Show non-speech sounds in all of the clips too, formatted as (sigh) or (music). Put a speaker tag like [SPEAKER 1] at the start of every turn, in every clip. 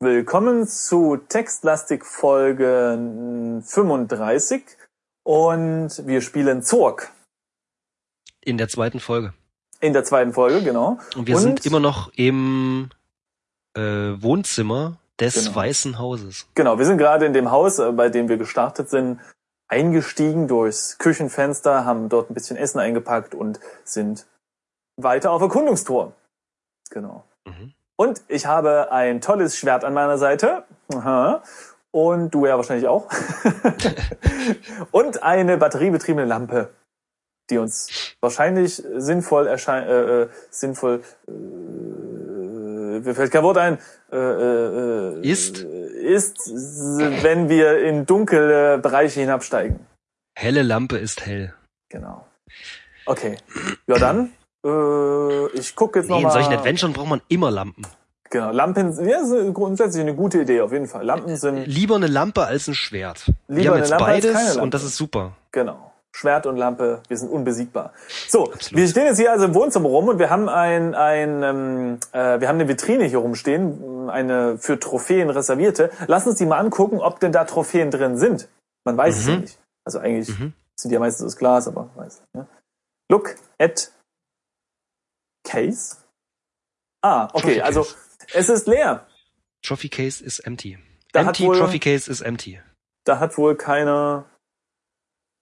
[SPEAKER 1] Willkommen zu Textlastik Folge 35 und wir spielen Zorg
[SPEAKER 2] In der zweiten Folge.
[SPEAKER 1] in der zweiten Folge, genau.
[SPEAKER 2] Und wir
[SPEAKER 1] Und-
[SPEAKER 2] sind immer noch im äh, Wohnzimmer des
[SPEAKER 1] Genau.
[SPEAKER 2] Weißen Hauses.
[SPEAKER 1] Genau, wir sind gerade in dem Haus, äh, bei dem wir gestartet sind, eingestiegen durchs Küchenfenster, haben dort ein bisschen Essen eingepackt und sind weiter auf Erkundungstour. Genau.
[SPEAKER 2] Mhm.
[SPEAKER 1] Und ich habe ein tolles Schwert an meiner Seite. Aha. Und du ja wahrscheinlich
[SPEAKER 2] (laughs)
[SPEAKER 1] auch. und eine batteriebetriebene Lampe, die uns wahrscheinlich sinnvoll erscheint, äh, äh, sinnvoll, äh, mir fällt kein Wort ein, äh, äh, äh,
[SPEAKER 2] Ist?
[SPEAKER 1] Ist, s- wenn wir in dunkle Bereiche hinabsteigen.
[SPEAKER 2] Helle Lampe ist hell.
[SPEAKER 1] Genau. Okay. Ja, dann. Äh, ich gucke jetzt
[SPEAKER 2] Nee,
[SPEAKER 1] nochmal.
[SPEAKER 2] in solchen Adventuren braucht man immer Lampen.
[SPEAKER 1] Genau, Lampen ja, das ist grundsätzlich eine gute Idee, auf jeden Fall.
[SPEAKER 2] Äh,
[SPEAKER 1] Lampen sind,
[SPEAKER 2] Lieber eine Lampe als ein Schwert.
[SPEAKER 1] Lieber
[SPEAKER 2] wir haben
[SPEAKER 1] eine
[SPEAKER 2] jetzt
[SPEAKER 1] Lampe als keine
[SPEAKER 2] beides
[SPEAKER 1] Lampe.
[SPEAKER 2] und das ist super.
[SPEAKER 1] genau, Schwert und Lampe, wir sind unbesiegbar. So,
[SPEAKER 2] Absolut.
[SPEAKER 1] wir stehen jetzt hier also im Wohnzimmer rum und wir haben ein, ein ähm, äh, wir haben eine Vitrine hier rumstehen, eine für Trophäen reservierte. Lass uns die mal angucken, ob denn da Trophäen drin sind. Man weiß es
[SPEAKER 2] Mhm.
[SPEAKER 1] ja nicht. Also eigentlich
[SPEAKER 2] Mhm.
[SPEAKER 1] sind die ja meistens aus Glas, aber weiß nicht. Ne? Look at Case. Ah, okay,
[SPEAKER 2] Trophy
[SPEAKER 1] also
[SPEAKER 2] Case.
[SPEAKER 1] es ist leer.
[SPEAKER 2] Trophy Case ist empty.
[SPEAKER 1] Da hat
[SPEAKER 2] empty
[SPEAKER 1] wohl-
[SPEAKER 2] Trophy Case ist empty.
[SPEAKER 1] da hat wohl keiner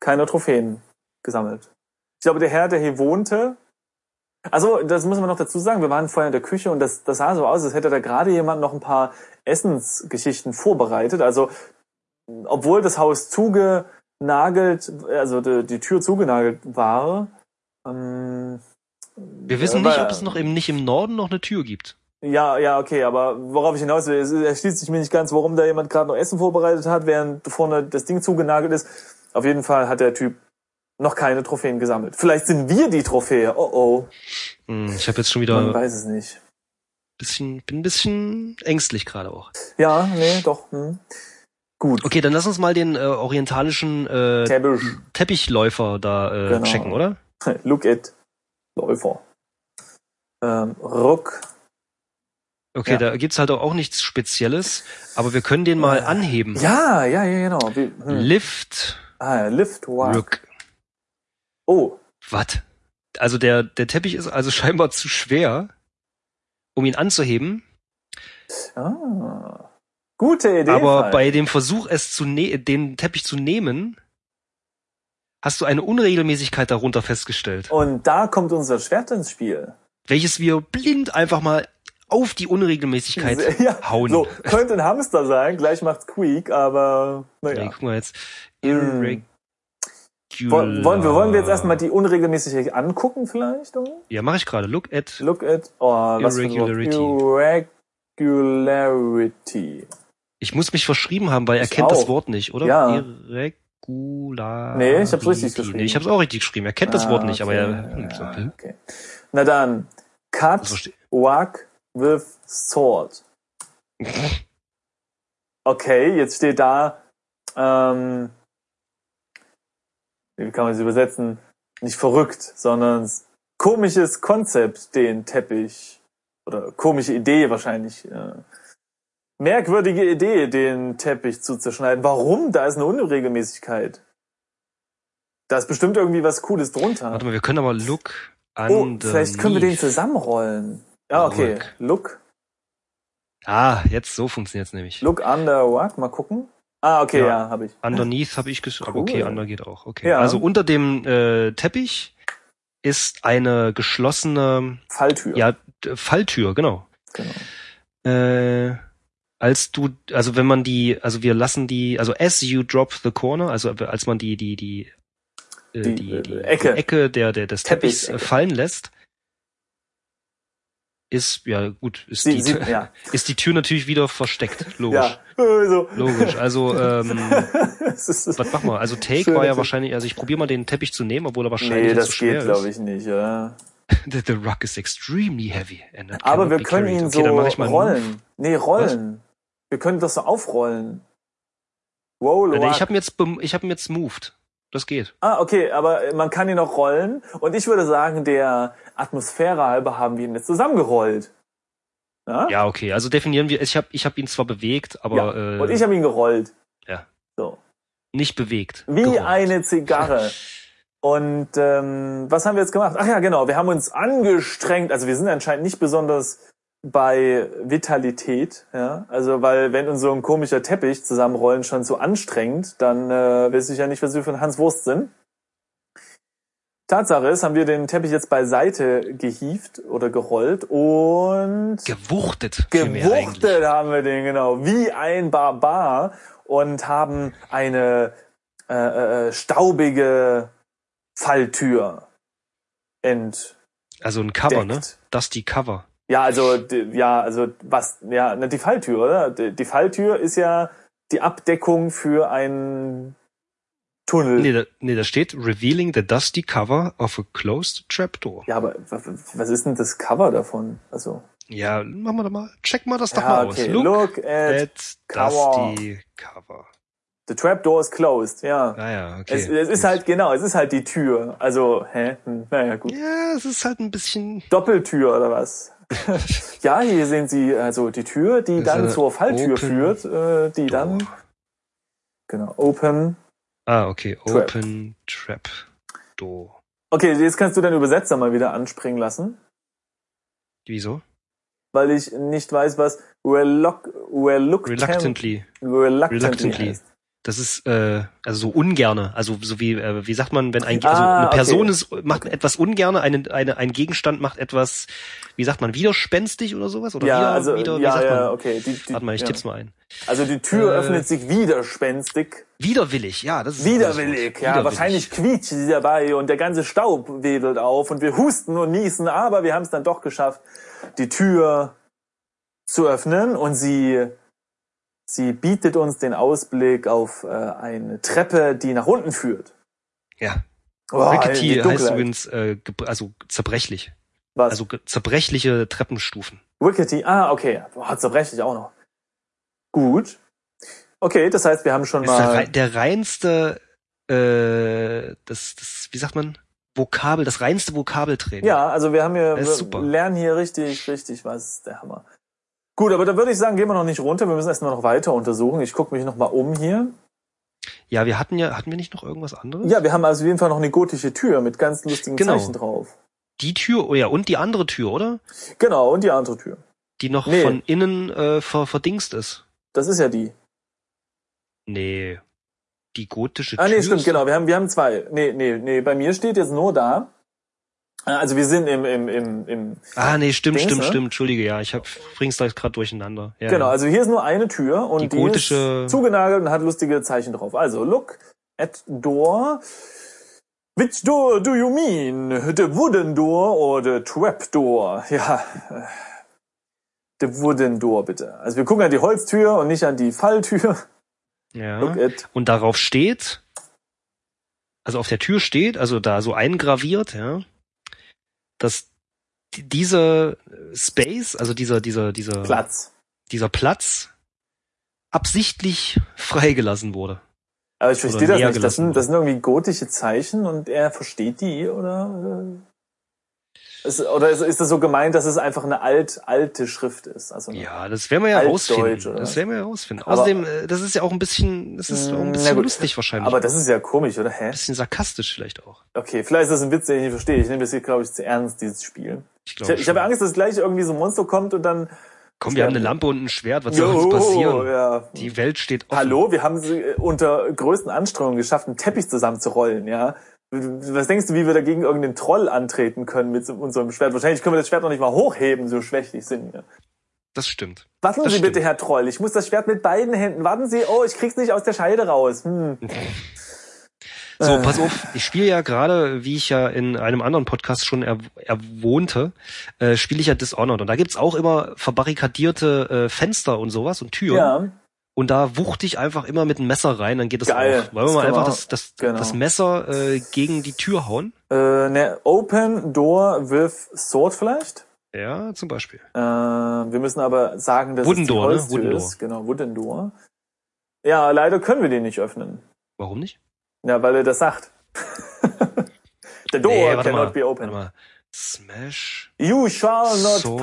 [SPEAKER 1] keine Trophäen gesammelt. Ich glaube, der Herr, der hier wohnte. Also, das muss man noch dazu sagen. Wir waren vorher in der Küche und das, das sah so aus, als hätte da gerade jemand noch ein paar Essensgeschichten vorbereitet. Also, obwohl das Haus zugenagelt, also die, die Tür zugenagelt war, ähm, äh,
[SPEAKER 2] Wir wissen
[SPEAKER 1] Ja,
[SPEAKER 2] nicht,
[SPEAKER 1] aber-
[SPEAKER 2] ob es noch im, nicht im Norden noch eine Tür gibt.
[SPEAKER 1] ja, ja, okay, aber worauf ich hinaus will, es erschließt sich mir nicht ganz, warum da jemand gerade noch Essen vorbereitet hat, während vorne das Ding zugenagelt ist. Auf jeden Fall hat der Typ noch keine Trophäen gesammelt. Vielleicht sind wir die Trophäe. Oh oh,
[SPEAKER 2] Hm, Ich habe jetzt schon
[SPEAKER 1] man
[SPEAKER 2] wieder ein
[SPEAKER 1] weiß es nicht.
[SPEAKER 2] bisschen, bin ein bisschen ängstlich gerade auch.
[SPEAKER 1] Ja, nee, doch. Hm. Gut.
[SPEAKER 2] Okay, dann lass uns mal den äh, orientalischen äh,
[SPEAKER 1] Teppich.
[SPEAKER 2] Teppichläufer da äh,
[SPEAKER 1] Genau.
[SPEAKER 2] checken, oder?
[SPEAKER 1] (laughs) Look at Läufer. Ähm, Ruck.
[SPEAKER 2] Okay,
[SPEAKER 1] Ja.
[SPEAKER 2] da gibt's halt auch nichts Spezielles, aber wir können den mal anheben.
[SPEAKER 1] Ja, ja, ja, genau. Wie, hm.
[SPEAKER 2] Lift
[SPEAKER 1] Ah, ja, Lift, wow.
[SPEAKER 2] Rook.
[SPEAKER 1] Oh,
[SPEAKER 2] What? Also der, der Teppich ist also (laughs) scheinbar zu schwer, um ihn anzuheben.
[SPEAKER 1] ah. Gute Idee.
[SPEAKER 2] aber
[SPEAKER 1] Falk.
[SPEAKER 2] bei dem Versuch, es zu ne den Teppich zu nehmen, hast du eine Unregelmäßigkeit darunter festgestellt,
[SPEAKER 1] und da kommt unser Schwert ins Spiel.
[SPEAKER 2] welches wir blind einfach mal auf die
[SPEAKER 1] (laughs)
[SPEAKER 2] Unregelmäßigkeit
[SPEAKER 1] ja,
[SPEAKER 2] hauen.
[SPEAKER 1] So, könnte ein Hamster sein, gleich macht's Squeak, aber
[SPEAKER 2] Nee,
[SPEAKER 1] naja.
[SPEAKER 2] guck mal jetzt.
[SPEAKER 1] Hm.
[SPEAKER 2] Irregular.
[SPEAKER 1] Woll- Wollen wir, wollen wir jetzt erstmal die unregelmäßigkeit angucken vielleicht? oder?
[SPEAKER 2] Ja, mache ich gerade. Look at.
[SPEAKER 1] Look at oh, was für ein Wort. Irregularity.
[SPEAKER 2] Ich muss mich verschrieben haben, weil er
[SPEAKER 1] Ich
[SPEAKER 2] kennt
[SPEAKER 1] auch.
[SPEAKER 2] das Wort nicht, oder?
[SPEAKER 1] Ja.
[SPEAKER 2] Irregular.
[SPEAKER 1] Nee, ich hab's richtig geschrieben.
[SPEAKER 2] Nee, ich hab's auch richtig geschrieben. Er kennt das
[SPEAKER 1] Ah,
[SPEAKER 2] Wort nicht, aber
[SPEAKER 1] okay,
[SPEAKER 2] er. Hm, so,
[SPEAKER 1] ja,
[SPEAKER 2] hm.
[SPEAKER 1] okay. Na dann, cut,
[SPEAKER 2] Das verste-
[SPEAKER 1] walk with
[SPEAKER 2] (laughs)
[SPEAKER 1] sword. Okay, jetzt steht da, ähm, wie kann man es übersetzen? Nicht verrückt, sondern komisches Konzept, den Teppich. Oder komische Idee wahrscheinlich. Äh, merkwürdige Idee, den Teppich zu zerschneiden. Warum? Da ist eine Unregelmäßigkeit. Da ist bestimmt irgendwie was Cooles drunter.
[SPEAKER 2] Warte mal, wir können aber Look an.
[SPEAKER 1] Oh, vielleicht können wir den zusammenrollen. Ja, okay.
[SPEAKER 2] Ruck.
[SPEAKER 1] Look,
[SPEAKER 2] Ah, jetzt so funktioniert's nämlich.
[SPEAKER 1] look under work. Mal gucken. Ah, okay, ja,
[SPEAKER 2] Ja.
[SPEAKER 1] habe ich.
[SPEAKER 2] Underneath habe ich geschrieben.
[SPEAKER 1] Cool.
[SPEAKER 2] Aber okay, under geht auch. Okay.
[SPEAKER 1] Ja.
[SPEAKER 2] Also unter dem äh, Teppich ist eine geschlossene
[SPEAKER 1] Falltür.
[SPEAKER 2] ja, d- Falltür, genau.
[SPEAKER 1] Genau.
[SPEAKER 2] Äh, als du, also wenn man die, also wir lassen die, also as you drop the corner, also als man die, die, die, äh,
[SPEAKER 1] Die,
[SPEAKER 2] die,
[SPEAKER 1] äh,
[SPEAKER 2] die, die
[SPEAKER 1] Ecke.
[SPEAKER 2] Ecke der, der, des Teppichs äh,
[SPEAKER 1] Teppichecke.
[SPEAKER 2] fallen lässt, ist, ja gut, ist,
[SPEAKER 1] Sie,
[SPEAKER 2] die,
[SPEAKER 1] sie,
[SPEAKER 2] Tür-
[SPEAKER 1] ja.
[SPEAKER 2] ist die Tür natürlich wieder
[SPEAKER 1] (laughs)
[SPEAKER 2] versteckt, logisch.
[SPEAKER 1] ja. Äh, So.
[SPEAKER 2] Logisch.
[SPEAKER 1] (laughs)
[SPEAKER 2] Also, ähm,
[SPEAKER 1] Es ist-
[SPEAKER 2] was machen wir? Also Take
[SPEAKER 1] Schön,
[SPEAKER 2] war ja
[SPEAKER 1] dass-
[SPEAKER 2] wahrscheinlich, also ich probiere mal den Teppich zu nehmen, obwohl er wahrscheinlich
[SPEAKER 1] Nee,
[SPEAKER 2] zu
[SPEAKER 1] das
[SPEAKER 2] schwer
[SPEAKER 1] geht, glaube
[SPEAKER 2] ist.
[SPEAKER 1] ich, nicht, oder?
[SPEAKER 2] The, the rock is extremely heavy. And it
[SPEAKER 1] Aber
[SPEAKER 2] cannot
[SPEAKER 1] wir
[SPEAKER 2] be
[SPEAKER 1] können
[SPEAKER 2] carried.
[SPEAKER 1] ihn
[SPEAKER 2] okay,
[SPEAKER 1] so
[SPEAKER 2] dann mach ich mal einen Move.
[SPEAKER 1] rollen. Nee, rollen. Wir können das so aufrollen. Roll,
[SPEAKER 2] Nee,
[SPEAKER 1] walk.
[SPEAKER 2] ich habe ihn jetzt, bem- ich habe ihn jetzt moved. Das geht.
[SPEAKER 1] Ah, okay, aber man kann ihn noch rollen. Und ich würde sagen, der Atmosphäre halber haben wir ihn jetzt zusammengerollt. Ja?
[SPEAKER 2] Ja, okay. Also definieren wir, ich habe ich hab ihn zwar bewegt, aber
[SPEAKER 1] Und ich
[SPEAKER 2] äh,
[SPEAKER 1] habe ihn gerollt.
[SPEAKER 2] Ja.
[SPEAKER 1] So.
[SPEAKER 2] nicht bewegt.
[SPEAKER 1] Wie
[SPEAKER 2] Gerollt.
[SPEAKER 1] eine Zigarre. Und ähm, was haben wir jetzt gemacht? Ach ja, genau, wir haben uns angestrengt. Also wir sind anscheinend nicht besonders bei Vitalität, ja. Also weil wenn uns so ein komischer Teppich zusammenrollen schon zu anstrengend, dann äh, weiß ich ja nicht, was wir von Hans Wurst sind. Tatsache ist, haben wir den Teppich jetzt beiseite gehievt oder gerollt und
[SPEAKER 2] (laughs) Gewuchtet. vielmehr eigentlich.
[SPEAKER 1] Gewuchtet haben wir den, genau. Wie ein Barbar und haben eine äh, äh, äh, staubige Falltür entdeckt.
[SPEAKER 2] Also ein Cover, ne? Dusty Cover.
[SPEAKER 1] Ja, also, die- ja, also, was, ja, ne, die Falltür, oder? Die, die Falltür ist ja die Abdeckung für einen Tunnel.
[SPEAKER 2] Nee da, nee, da steht Revealing the Dusty Cover of a Closed Trapdoor.
[SPEAKER 1] Ja, aber w- w- was ist denn das Cover davon? Also,
[SPEAKER 2] Ja, machen wir doch mal, check mal das doch
[SPEAKER 1] ja,
[SPEAKER 2] mal
[SPEAKER 1] okay.
[SPEAKER 2] aus. Look,
[SPEAKER 1] Look, at,
[SPEAKER 2] at
[SPEAKER 1] cover.
[SPEAKER 2] Dusty Cover.
[SPEAKER 1] the trapdoor is closed, ja.
[SPEAKER 2] Ah ja, okay.
[SPEAKER 1] Es, es ist halt, genau, es ist halt die Tür. Also, hä? Hm, naja, gut.
[SPEAKER 2] Ja, es ist halt ein bisschen.
[SPEAKER 1] Doppeltür oder
[SPEAKER 2] (laughs)
[SPEAKER 1] was? ja, hier sehen Sie also die Tür, die
[SPEAKER 2] Das
[SPEAKER 1] dann
[SPEAKER 2] ist
[SPEAKER 1] zur Falltür
[SPEAKER 2] open
[SPEAKER 1] führt, äh, die dann genau open.
[SPEAKER 2] Ah, okay.
[SPEAKER 1] Trap.
[SPEAKER 2] Open Trap Door.
[SPEAKER 1] Okay, jetzt kannst du deinen Übersetzer mal wieder anspringen lassen,
[SPEAKER 2] Wieso?
[SPEAKER 1] weil ich nicht weiß, was reluc reluctant
[SPEAKER 2] Reluctantly.
[SPEAKER 1] reluctantly,
[SPEAKER 2] Reluctantly.
[SPEAKER 1] heißt.
[SPEAKER 2] Das ist äh, also so ungerne, also so wie äh, wie sagt man, wenn ein also
[SPEAKER 1] Ah,
[SPEAKER 2] eine
[SPEAKER 1] okay.
[SPEAKER 2] Person ist, macht etwas ungerne, eine, eine ein Gegenstand macht etwas, wie sagt man, widerspenstig oder sowas oder
[SPEAKER 1] Ja,
[SPEAKER 2] wieder,
[SPEAKER 1] also
[SPEAKER 2] wieder, wie
[SPEAKER 1] ja,
[SPEAKER 2] sagt
[SPEAKER 1] ja,
[SPEAKER 2] man?
[SPEAKER 1] okay. Die, die,
[SPEAKER 2] Warte mal, ich
[SPEAKER 1] ja.
[SPEAKER 2] tipp's mal ein.
[SPEAKER 1] Also die Tür
[SPEAKER 2] Äh,
[SPEAKER 1] öffnet sich widerspenstig,
[SPEAKER 2] Widerwillig, ja, das ist
[SPEAKER 1] widerwillig. Ja,
[SPEAKER 2] Widerwillig.
[SPEAKER 1] wahrscheinlich quietscht sie dabei und der ganze Staub wedelt auf und wir husten und niesen, aber wir haben es dann doch geschafft, die Tür zu öffnen und sie sie bietet uns den Ausblick auf äh, eine Treppe, die nach unten führt.
[SPEAKER 2] Ja.
[SPEAKER 1] Oh,
[SPEAKER 2] Rickety
[SPEAKER 1] die
[SPEAKER 2] heißt
[SPEAKER 1] Dunkelheit.
[SPEAKER 2] übrigens äh, ge- also zerbrechlich,
[SPEAKER 1] Was?
[SPEAKER 2] also ge- zerbrechliche Treppenstufen.
[SPEAKER 1] Rickety, ah, okay. Boah, zerbrechlich auch noch. Gut. Okay, das heißt, wir haben schon
[SPEAKER 2] Ist halt der,
[SPEAKER 1] mal...
[SPEAKER 2] rei- der reinste äh, das das wie sagt man? Vokabel, das reinste Vokabeltraining.
[SPEAKER 1] Ja, also wir haben hier,
[SPEAKER 2] Das
[SPEAKER 1] wir
[SPEAKER 2] ist super.
[SPEAKER 1] lernen hier richtig, richtig was, der Hammer. Gut, aber da würde ich sagen, gehen wir noch nicht runter, wir müssen erstmal noch weiter untersuchen. Ich gucke mich nochmal um hier.
[SPEAKER 2] Ja, wir hatten ja, hatten wir nicht noch irgendwas anderes?
[SPEAKER 1] Ja, wir haben also auf jeden Fall noch eine gotische Tür mit ganz lustigen
[SPEAKER 2] Genau.
[SPEAKER 1] Zeichen drauf.
[SPEAKER 2] Die Tür, oh ja, und die andere Tür, oder?
[SPEAKER 1] Genau, und die andere Tür.
[SPEAKER 2] Die noch
[SPEAKER 1] Nee.
[SPEAKER 2] von innen äh, ver verdingst ist.
[SPEAKER 1] Das ist ja die.
[SPEAKER 2] Nee. Die gotische
[SPEAKER 1] Ah,
[SPEAKER 2] Tür.
[SPEAKER 1] nee, stimmt,
[SPEAKER 2] ist-
[SPEAKER 1] genau, wir haben, wir haben zwei. Nee, nee, nee, bei mir steht jetzt nur da. Äh, Also wir sind im, im, im, im
[SPEAKER 2] Ah, nee, stimmt,
[SPEAKER 1] Dings,
[SPEAKER 2] stimmt,
[SPEAKER 1] ne?
[SPEAKER 2] stimmt. Entschuldige, ja, ich hab, bring's da gerade durcheinander. Ja,
[SPEAKER 1] Genau,
[SPEAKER 2] ja.
[SPEAKER 1] also hier ist nur eine Tür und die,
[SPEAKER 2] Die gotische-
[SPEAKER 1] ist zugenagelt und hat lustige Zeichen drauf. Also, look at door. Which door do you mean? The wooden door or the trap door? Ja. äh, The wooden door, bitte. Also wir gucken an die Holztür und nicht an die Falltür. Look
[SPEAKER 2] ja.
[SPEAKER 1] at,
[SPEAKER 2] Und darauf steht, also auf der Tür steht, also da so eingraviert, ja, dass die- dieser Space, also dieser, dieser, dieser,
[SPEAKER 1] Platz.
[SPEAKER 2] dieser Platz absichtlich freigelassen wurde.
[SPEAKER 1] Aber ich verstehe
[SPEAKER 2] Oder
[SPEAKER 1] das
[SPEAKER 2] näher
[SPEAKER 1] nicht. Das sind,
[SPEAKER 2] gelassen.
[SPEAKER 1] das sind irgendwie gotische Zeichen und er versteht die, oder? äh, Ist, oder ist, ist das so gemeint, dass es einfach eine alt, alte Schrift ist? Also eine
[SPEAKER 2] Ja, das werden wir ja
[SPEAKER 1] Altdeutsch,
[SPEAKER 2] herausfinden.
[SPEAKER 1] oder
[SPEAKER 2] Das
[SPEAKER 1] was?
[SPEAKER 2] werden wir herausfinden.
[SPEAKER 1] Aber-
[SPEAKER 2] Außerdem, äh, das ist ja auch ein bisschen, das ist
[SPEAKER 1] Mm,
[SPEAKER 2] auch ein
[SPEAKER 1] na
[SPEAKER 2] bisschen
[SPEAKER 1] gut.
[SPEAKER 2] lustig wahrscheinlich.
[SPEAKER 1] Aber das ist ja komisch, oder?
[SPEAKER 2] ein
[SPEAKER 1] Hä?
[SPEAKER 2] bisschen sarkastisch vielleicht auch.
[SPEAKER 1] Okay, vielleicht ist das ein Witz, den ich nicht verstehe. Ich nehme das hier, glaube ich, zu ernst, dieses Spiel.
[SPEAKER 2] Ich
[SPEAKER 1] Ich,
[SPEAKER 2] glaube.
[SPEAKER 1] ich habe
[SPEAKER 2] schon.
[SPEAKER 1] Angst, dass gleich irgendwie so ein Monster kommt und dann...
[SPEAKER 2] Komm, wir haben eine Lampe und ein Schwert. Was soll uns passieren?
[SPEAKER 1] ja.
[SPEAKER 2] Die Welt steht offen.
[SPEAKER 1] Hallo, wir haben es äh, unter größten Anstrengungen geschafft, einen Teppich zusammenzurollen, ja? Was denkst du, wie wir dagegen irgendeinen Troll antreten können mit so- unserem Schwert? Wahrscheinlich können wir das Schwert noch nicht mal hochheben, so schwächlich sind wir.
[SPEAKER 2] Das stimmt.
[SPEAKER 1] Warten
[SPEAKER 2] Das
[SPEAKER 1] Sie bitte,
[SPEAKER 2] stimmt.
[SPEAKER 1] Herr Troll, ich muss das Schwert mit beiden Händen. Warten Sie, oh, ich krieg's nicht aus der Scheide raus. Hm.
[SPEAKER 2] So,
[SPEAKER 1] Äh.
[SPEAKER 2] pass auf. Ich spiele ja gerade, wie ich ja in einem anderen Podcast schon erw- erwohnte, äh, spiele ich ja Dishonored. Und da gibt's auch immer verbarrikadierte äh, Fenster und sowas und Türen.
[SPEAKER 1] Ja,
[SPEAKER 2] Und da wuchte ich einfach immer mit dem Messer rein, dann geht das
[SPEAKER 1] Geil.
[SPEAKER 2] auf. Wollen
[SPEAKER 1] Das
[SPEAKER 2] wir mal
[SPEAKER 1] kann
[SPEAKER 2] einfach
[SPEAKER 1] man-
[SPEAKER 2] das, das,
[SPEAKER 1] genau.
[SPEAKER 2] das Messer äh, gegen die Tür hauen?
[SPEAKER 1] äh, ne, open door with sword vielleicht?
[SPEAKER 2] Ja, zum Beispiel.
[SPEAKER 1] Äh, wir müssen aber sagen, dass
[SPEAKER 2] Wooden
[SPEAKER 1] es die
[SPEAKER 2] Door, ne?
[SPEAKER 1] Holztür
[SPEAKER 2] Wooden
[SPEAKER 1] ist. Genau, Wooden Door. Ja, leider können wir den nicht öffnen.
[SPEAKER 2] Warum nicht?
[SPEAKER 1] Ja, weil er das sagt. (laughs) The door
[SPEAKER 2] warte
[SPEAKER 1] cannot
[SPEAKER 2] mal,
[SPEAKER 1] be
[SPEAKER 2] Warte
[SPEAKER 1] open.
[SPEAKER 2] mal. Smash
[SPEAKER 1] You shall not
[SPEAKER 2] Swords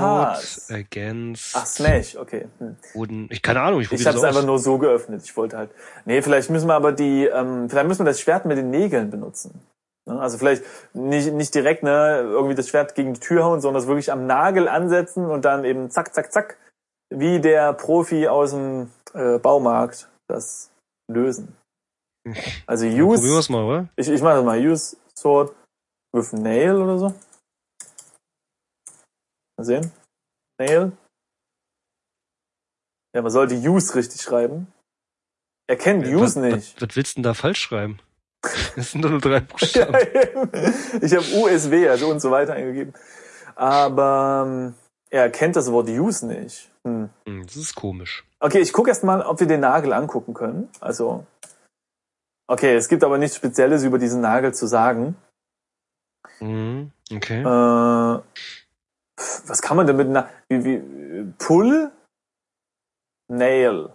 [SPEAKER 1] pass.
[SPEAKER 2] against
[SPEAKER 1] Ach, Smash, okay. Hm.
[SPEAKER 2] Wooden. Ich keine Ahnung, ich
[SPEAKER 1] Ich
[SPEAKER 2] probiere
[SPEAKER 1] habe es
[SPEAKER 2] das
[SPEAKER 1] einfach
[SPEAKER 2] aus.
[SPEAKER 1] nur so geöffnet. Ich wollte halt. Nee, vielleicht müssen wir aber die, ähm, vielleicht müssen wir das Schwert mit den Nägeln benutzen. Ne? Also vielleicht nicht, nicht direkt, ne, irgendwie das Schwert gegen die Tür hauen, sondern es wirklich am Nagel ansetzen und dann eben zack, zack, zack, wie der Profi aus dem äh, Baumarkt das lösen. Also
[SPEAKER 2] Hm. Probieren wir
[SPEAKER 1] use,
[SPEAKER 2] es mal, oder?
[SPEAKER 1] ich, ich mache das mal, use sword with nail oder so. Mal sehen. Nail. Ja, man sollte use richtig schreiben. Er kennt
[SPEAKER 2] was,
[SPEAKER 1] use nicht. (laughs)
[SPEAKER 2] Was, was willst du denn da falsch schreiben? (laughs) Das sind doch nur drei
[SPEAKER 1] Ja,
[SPEAKER 2] Buchstaben.
[SPEAKER 1] eben. ich habe USW, also und so weiter eingegeben. Aber ähm, er kennt das Wort use nicht. Hm.
[SPEAKER 2] Hm, Das ist komisch.
[SPEAKER 1] Okay, ich gucke erst mal, ob wir den Nagel angucken können. Also, okay, es gibt aber nichts Spezielles über diesen Nagel zu sagen.
[SPEAKER 2] Mhm, okay.
[SPEAKER 1] Äh, pf, was kann man denn mit einer. Wie, wie, Pull? Nail.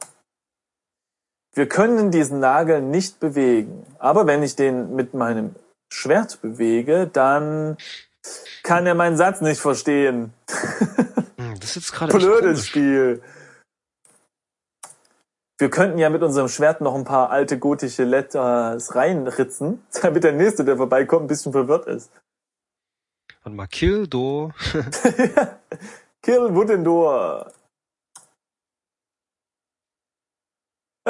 [SPEAKER 1] Wir können diesen Nagel nicht bewegen. Aber wenn ich den mit meinem Schwert bewege, dann kann er meinen Satz nicht verstehen.
[SPEAKER 2] Hm, Das ist jetzt gerade echt
[SPEAKER 1] Blödes
[SPEAKER 2] komisch.
[SPEAKER 1] Spiel. Wir könnten ja mit unserem Schwert noch ein paar alte gotische Letters reinritzen, (laughs) damit der Nächste, der vorbeikommt, ein bisschen verwirrt ist.
[SPEAKER 2] Warte mal, Kill, Do.
[SPEAKER 1] Kill Wooden Door. (laughs)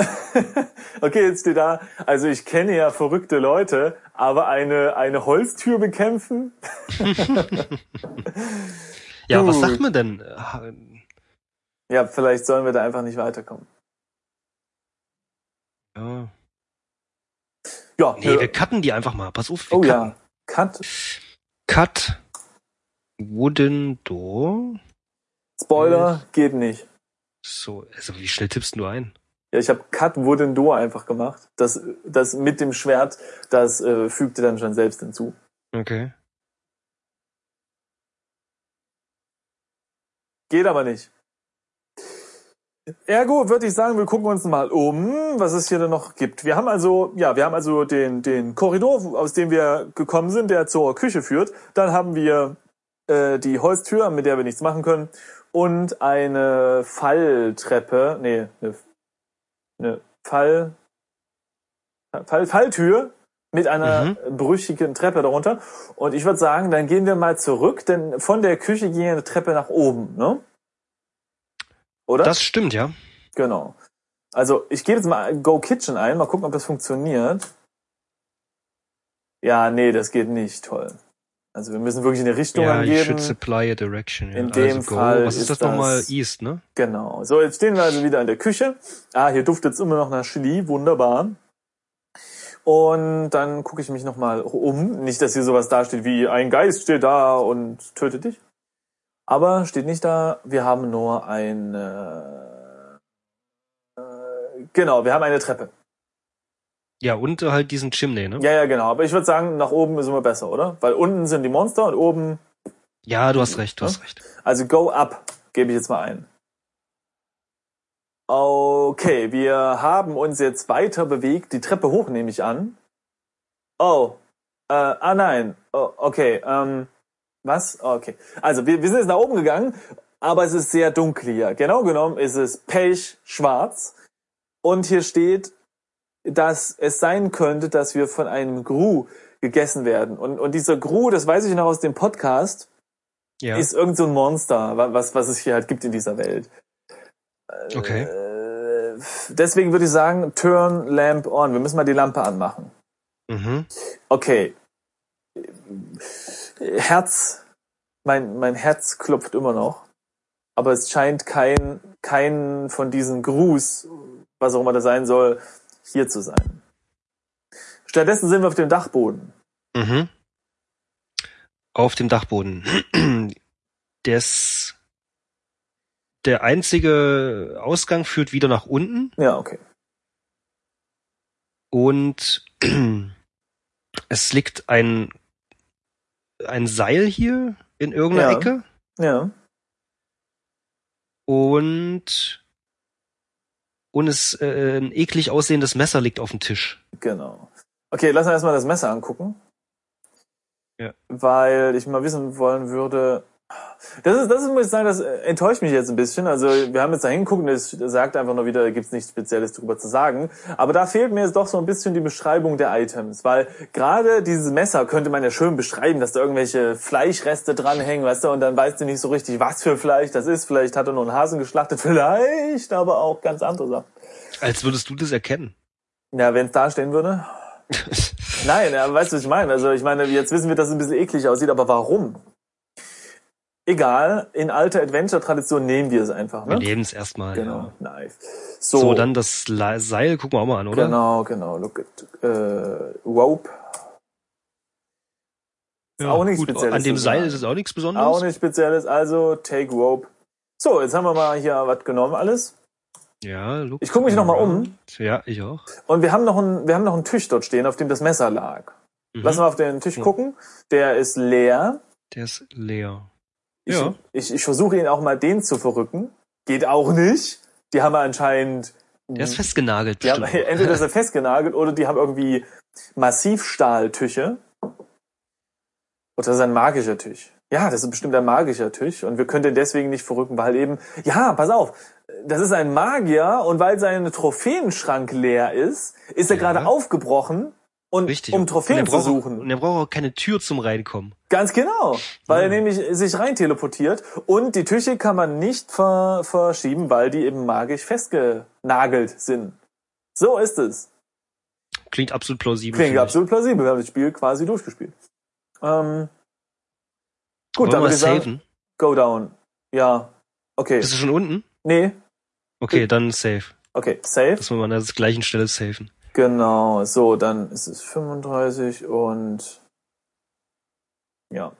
[SPEAKER 1] okay, jetzt steht da, also ich kenne ja verrückte Leute, aber eine, eine Holztür bekämpfen?
[SPEAKER 2] Ja, was
[SPEAKER 1] Gut.
[SPEAKER 2] sagt man denn? Ah,
[SPEAKER 1] Ja, vielleicht sollen wir da einfach nicht weiterkommen.
[SPEAKER 2] Ja.
[SPEAKER 1] Ja, äh,
[SPEAKER 2] Nee, wir cutten die einfach mal. Pass auf, wir
[SPEAKER 1] oh
[SPEAKER 2] cutten.
[SPEAKER 1] ja. Cut,
[SPEAKER 2] Cut. Wooden Door.
[SPEAKER 1] Spoiler, geht nicht.
[SPEAKER 2] So, also wie schnell tippst du ein?
[SPEAKER 1] Ja, ich habe Cut Wooden Door einfach gemacht. Das, das mit dem Schwert, das äh, fügte dann schon selbst hinzu.
[SPEAKER 2] Okay.
[SPEAKER 1] Geht aber nicht. Ergo würde ich sagen, wir gucken uns mal um, was es hier denn noch gibt. Wir haben also, ja, wir haben also den, den Korridor, aus dem wir gekommen sind, der zur Küche führt. Dann haben wir äh, die Holztür, mit der wir nichts machen können. Und eine Falltreppe, nee, eine, eine Fall, Fall, Falltür mit einer brüchigen Treppe darunter. Und ich würde sagen, dann gehen wir mal zurück, denn von der Küche ging ja eine Treppe nach oben, ne? Oder?
[SPEAKER 2] Das stimmt, ja.
[SPEAKER 1] Genau. Also ich gebe jetzt mal Go Kitchen ein, mal gucken, ob das funktioniert. Ja, nee, das geht nicht. Toll. Also wir müssen wirklich eine Richtung
[SPEAKER 2] Ja, you
[SPEAKER 1] angeben.
[SPEAKER 2] should supply a direction. Ja. Also
[SPEAKER 1] In dem Fall
[SPEAKER 2] Was
[SPEAKER 1] ist
[SPEAKER 2] ist das
[SPEAKER 1] das-
[SPEAKER 2] nochmal? East, ne?
[SPEAKER 1] Genau. So, jetzt stehen wir also wieder in der Küche. Ah, hier duftet es immer noch nach Chili. Wunderbar. Und dann gucke ich mich nochmal um. Nicht, dass hier sowas dasteht wie ein Geist steht da und tötet dich. Aber steht nicht da. Wir haben nur eine... äh, Genau, wir haben eine Treppe.
[SPEAKER 2] Ja, und halt diesen Chimney, ne? Ja,
[SPEAKER 1] Ja, ja, genau. Aber ich würde sagen, nach oben ist immer besser, oder? Weil unten sind die Monster und oben...
[SPEAKER 2] du hast recht, du
[SPEAKER 1] Ja.
[SPEAKER 2] hast recht.
[SPEAKER 1] Also go up gebe ich jetzt mal ein. Okay, wir haben uns jetzt weiter bewegt, die Treppe hoch nehme ich an. Oh, äh, ah nein, oh, okay, ähm, was? Okay, also wir, wir sind jetzt nach oben gegangen, aber es ist sehr dunkel hier. Genau genommen ist es pechschwarz und hier steht, dass es sein könnte, dass wir von einem Gru gegessen werden. Und, und dieser Gru, das weiß ich noch aus dem Podcast,
[SPEAKER 2] Ja,
[SPEAKER 1] ist irgend so ein Monster, wa- was, was es hier halt gibt in dieser Welt.
[SPEAKER 2] okay.
[SPEAKER 1] Äh, deswegen würde ich sagen, turn lamp on. Wir müssen mal die Lampe anmachen.
[SPEAKER 2] Mhm.
[SPEAKER 1] Okay. Äh, Herz, mein, mein Herz klopft immer noch. Aber es scheint kein, kein von diesen Gruß, was auch immer das sein soll, hier zu sein. Stattdessen sind wir auf dem Dachboden.
[SPEAKER 2] Mhm. Auf dem Dachboden. Des, der einzige Ausgang führt wieder nach unten.
[SPEAKER 1] Ja, okay.
[SPEAKER 2] Und es liegt ein, ein Seil hier in irgendeiner
[SPEAKER 1] Ja.
[SPEAKER 2] Ecke.
[SPEAKER 1] Ja.
[SPEAKER 2] Und, und es, äh, ein eklig aussehendes Messer liegt auf dem Tisch.
[SPEAKER 1] Genau. Okay, lass uns erstmal das Messer angucken.
[SPEAKER 2] Ja.
[SPEAKER 1] Weil ich mal wissen wollen würde. Das ist, das ist, muss ich sagen, das äh, enttäuscht mich jetzt ein bisschen. Also wir haben jetzt da hingeguckt und es sagt einfach nur wieder, gibt's nichts Spezielles drüber zu sagen. Aber da fehlt mir jetzt doch so ein bisschen die Beschreibung der Items, weil gerade dieses Messer könnte man ja schön beschreiben, dass da irgendwelche Fleischreste dranhängen, weißt du, und dann weißt du nicht so richtig, was für Fleisch das ist. Vielleicht hat er nur einen Hasen geschlachtet, (laughs) vielleicht, aber auch ganz andere Sachen.
[SPEAKER 2] Als würdest du
[SPEAKER 1] (laughs)
[SPEAKER 2] das erkennen.
[SPEAKER 1] Ja, wenn es da stehen würde. Nein, aber weißt du, was ich meine? Also ich meine, jetzt wissen wir, dass es ein bisschen eklig aussieht, aber warum? Egal, in alter Adventure-Tradition nehmen wir es einfach.
[SPEAKER 2] Wir
[SPEAKER 1] Ne?
[SPEAKER 2] nehmen es erstmal. Ja.
[SPEAKER 1] Genau, nice. So,
[SPEAKER 2] So. dann das Le- Seil gucken wir auch mal an, oder?
[SPEAKER 1] genau, genau. Look at, äh, rope.
[SPEAKER 2] Ja,
[SPEAKER 1] auch nichts
[SPEAKER 2] gut,
[SPEAKER 1] Spezielles
[SPEAKER 2] An dem
[SPEAKER 1] zu
[SPEAKER 2] Seil
[SPEAKER 1] sagen.
[SPEAKER 2] ist es auch nichts Besonderes.
[SPEAKER 1] Auch nichts Spezielles, also take rope. So, jetzt haben wir mal hier was genommen alles.
[SPEAKER 2] Ja, look
[SPEAKER 1] Ich guck mich noch mal um.
[SPEAKER 2] around. Ja, ich auch.
[SPEAKER 1] Und wir haben noch einen, wir haben noch einen Tisch dort stehen, auf dem das Messer lag.
[SPEAKER 2] Mhm.
[SPEAKER 1] Lass mal auf den Tisch
[SPEAKER 2] Ja.
[SPEAKER 1] gucken. Der ist leer.
[SPEAKER 2] Der ist leer.
[SPEAKER 1] Ich,
[SPEAKER 2] Ja.
[SPEAKER 1] ich, ich versuche ihn auch mal den zu verrücken. Geht auch nicht. Die haben anscheinend.
[SPEAKER 2] Der
[SPEAKER 1] Mhm.
[SPEAKER 2] ist festgenagelt.
[SPEAKER 1] Die haben, (laughs)
[SPEAKER 2] bestimmt.
[SPEAKER 1] entweder ist er festgenagelt oder die haben irgendwie Massivstahltüche. Oder das ist ein magischer Tisch. Ja, das ist bestimmt ein magischer Tisch. Und wir können den deswegen nicht verrücken, weil eben, ja, pass auf, das ist ein Magier und weil sein Trophäenschrank leer ist, ist er
[SPEAKER 2] Ja.
[SPEAKER 1] gerade aufgebrochen, und,
[SPEAKER 2] Richtig.
[SPEAKER 1] um Trophäen
[SPEAKER 2] Und der
[SPEAKER 1] zu
[SPEAKER 2] braucht-
[SPEAKER 1] suchen.
[SPEAKER 2] Und er braucht auch keine Tür zum Reinkommen.
[SPEAKER 1] Ganz genau, weil er
[SPEAKER 2] Ja.
[SPEAKER 1] nämlich sich rein teleportiert und die Tüche kann man nicht ver verschieben, weil die eben magisch festgenagelt sind. So ist es.
[SPEAKER 2] Klingt absolut plausibel.
[SPEAKER 1] Klingt
[SPEAKER 2] finde ich.
[SPEAKER 1] absolut plausibel. Wir haben das Spiel quasi durchgespielt. Ähm, gut,
[SPEAKER 2] Wollen
[SPEAKER 1] dann
[SPEAKER 2] wir
[SPEAKER 1] würde ich sagen,
[SPEAKER 2] saven?
[SPEAKER 1] go down. Ja, okay.
[SPEAKER 2] Bist du schon unten?
[SPEAKER 1] Nee,
[SPEAKER 2] Okay, dann save.
[SPEAKER 1] okay, safe.
[SPEAKER 2] Dass wir mal an der gleichen Stelle safen.
[SPEAKER 1] Genau, so, dann ist es 35 und ja.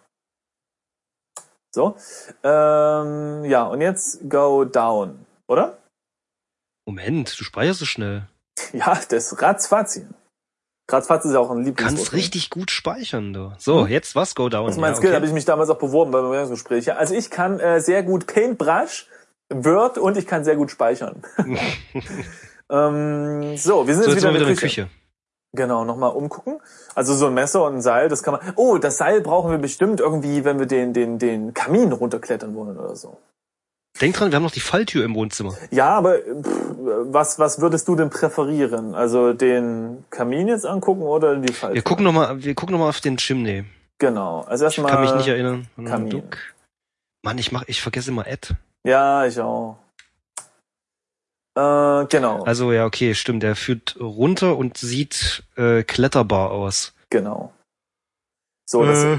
[SPEAKER 1] So. Ähm, ja, und jetzt go down, oder? (laughs)
[SPEAKER 2] Moment, du speicherst so schnell.
[SPEAKER 1] Ja, das ratzfatz hier. Ratzfatz ist ja auch ein
[SPEAKER 2] Du
[SPEAKER 1] Lieblingswort. ne?
[SPEAKER 2] kannst richtig gut speichern, du. So, jetzt was? Go down.
[SPEAKER 1] Das ist mein
[SPEAKER 2] ja,
[SPEAKER 1] Skill,
[SPEAKER 2] okay.
[SPEAKER 1] habe ich mich damals auch beworben beim Bewerbungsgespräch. Ja, also ich kann äh, sehr gut Paintbrush, Word und ich kann sehr gut
[SPEAKER 2] (laughs)
[SPEAKER 1] speichern. ähm, so, wir sind
[SPEAKER 2] So,
[SPEAKER 1] jetzt,
[SPEAKER 2] jetzt sind wir
[SPEAKER 1] wieder
[SPEAKER 2] wieder
[SPEAKER 1] in der Küche. Genau, nochmal umgucken. Also so ein Messer und ein Seil, das kann man. Oh, das Seil brauchen wir bestimmt irgendwie, wenn wir den, den, den Kamin runterklettern wollen oder so.
[SPEAKER 2] Denk dran, wir haben noch die Falltür im Wohnzimmer.
[SPEAKER 1] Ja, aber pff, was, was würdest du denn präferieren? Also den Kamin jetzt angucken oder die Falltür?
[SPEAKER 2] Wir gucken nochmal, wir gucken noch mal auf den Chimney.
[SPEAKER 1] Genau. Also
[SPEAKER 2] Ich
[SPEAKER 1] erstmal.
[SPEAKER 2] kann mich nicht erinnern. Hm,
[SPEAKER 1] Kamin.
[SPEAKER 2] Duck. Mann, ich mach, ich vergesse immer Ed.
[SPEAKER 1] Ja, ich auch. Äh, genau,
[SPEAKER 2] Also ja, okay, stimmt. Er führt runter und sieht äh, kletterbar aus.
[SPEAKER 1] genau. So, das,
[SPEAKER 2] Äh,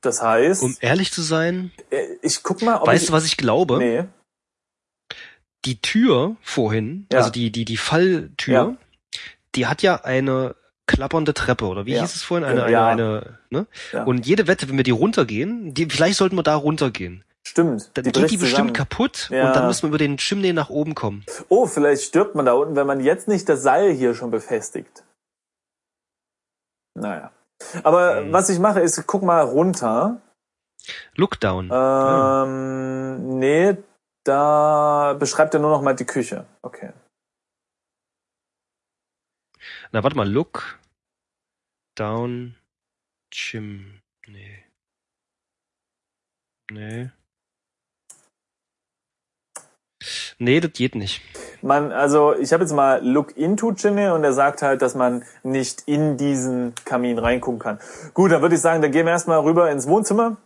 [SPEAKER 1] das heißt,
[SPEAKER 2] um ehrlich zu sein,
[SPEAKER 1] äh, ich guck mal, ob
[SPEAKER 2] weißt
[SPEAKER 1] ich,
[SPEAKER 2] du, was ich glaube?
[SPEAKER 1] nee,
[SPEAKER 2] Die Tür vorhin,
[SPEAKER 1] Ja.
[SPEAKER 2] also die die die Falltür,
[SPEAKER 1] Ja.
[SPEAKER 2] die hat ja eine klappernde Treppe oder wie
[SPEAKER 1] Ja.
[SPEAKER 2] hieß es vorhin? Eine
[SPEAKER 1] Ja.
[SPEAKER 2] eine eine. Ne?
[SPEAKER 1] Ja.
[SPEAKER 2] Und jede Wette, wenn wir die runtergehen, die, vielleicht sollten wir da runtergehen.
[SPEAKER 1] stimmt.
[SPEAKER 2] Dann
[SPEAKER 1] die
[SPEAKER 2] geht die
[SPEAKER 1] bricht zusammen.
[SPEAKER 2] bestimmt kaputt
[SPEAKER 1] Ja.
[SPEAKER 2] und dann müssen wir über den Chimney nach oben kommen.
[SPEAKER 1] Oh, vielleicht stirbt man da unten, wenn man jetzt nicht das Seil hier schon befestigt. Naja. Aber
[SPEAKER 2] Mhm.
[SPEAKER 1] was ich mache, ist, guck mal runter.
[SPEAKER 2] Lookdown.
[SPEAKER 1] Ähm, nee, da beschreibt er nur noch mal die Küche. Okay.
[SPEAKER 2] Na, warte mal, Look down Chim. Nee. Nee. Nee, das geht nicht.
[SPEAKER 1] Man, also ich habe jetzt mal Look into Chimney und er sagt halt, dass man nicht in diesen Kamin reingucken kann. Gut, dann würde ich sagen, dann gehen wir erstmal rüber ins Wohnzimmer.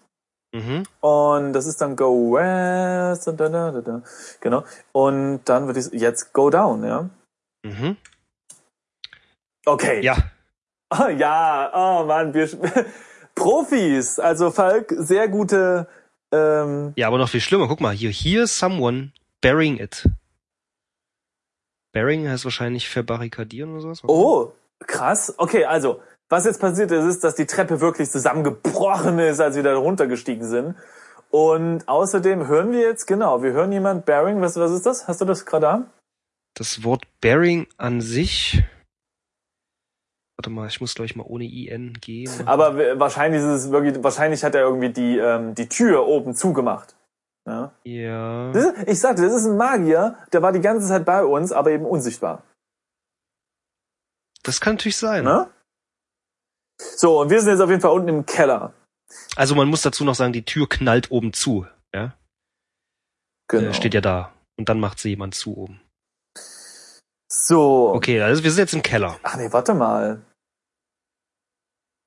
[SPEAKER 2] Mhm.
[SPEAKER 1] Und das ist dann Go West. Da, da, da, da. Genau. Und dann würde ich jetzt Go Down, ja.
[SPEAKER 2] Mhm.
[SPEAKER 1] Okay.
[SPEAKER 2] Ja.
[SPEAKER 1] Oh, (laughs) ja, oh Mann, wir (laughs) Profis, also Falk, sehr gute. Ähm,
[SPEAKER 2] Ja, aber noch viel schlimmer. Guck mal, hier, here's someone burying it. Burying heißt wahrscheinlich verbarrikadieren oder sowas.
[SPEAKER 1] oh, krass. Okay, also was jetzt passiert ist, ist, dass die Treppe wirklich zusammengebrochen ist, als wir da runtergestiegen sind. Und außerdem hören wir jetzt genau, wir hören jemand Bearing. Was, was ist das? Hast du das gerade an?
[SPEAKER 2] Das Wort burying an sich. Warte mal, ich muss gleich mal ohne IN gehen.
[SPEAKER 1] Aber w- wahrscheinlich ist es wirklich, wahrscheinlich hat er irgendwie die ähm, die Tür oben zugemacht. Ja.
[SPEAKER 2] Ja.
[SPEAKER 1] Das ist, ich sagte, das ist ein Magier, der war die ganze Zeit bei uns, aber eben unsichtbar.
[SPEAKER 2] Das kann natürlich sein.
[SPEAKER 1] Ne? So, und wir sind jetzt auf jeden Fall unten im Keller.
[SPEAKER 2] Also man muss dazu noch sagen, die Tür knallt oben zu. Ja?
[SPEAKER 1] Genau.
[SPEAKER 2] Äh, steht ja da. Und dann macht sie jemand zu oben.
[SPEAKER 1] So.
[SPEAKER 2] Okay, also wir sind jetzt im Keller.
[SPEAKER 1] Ach nee, warte mal.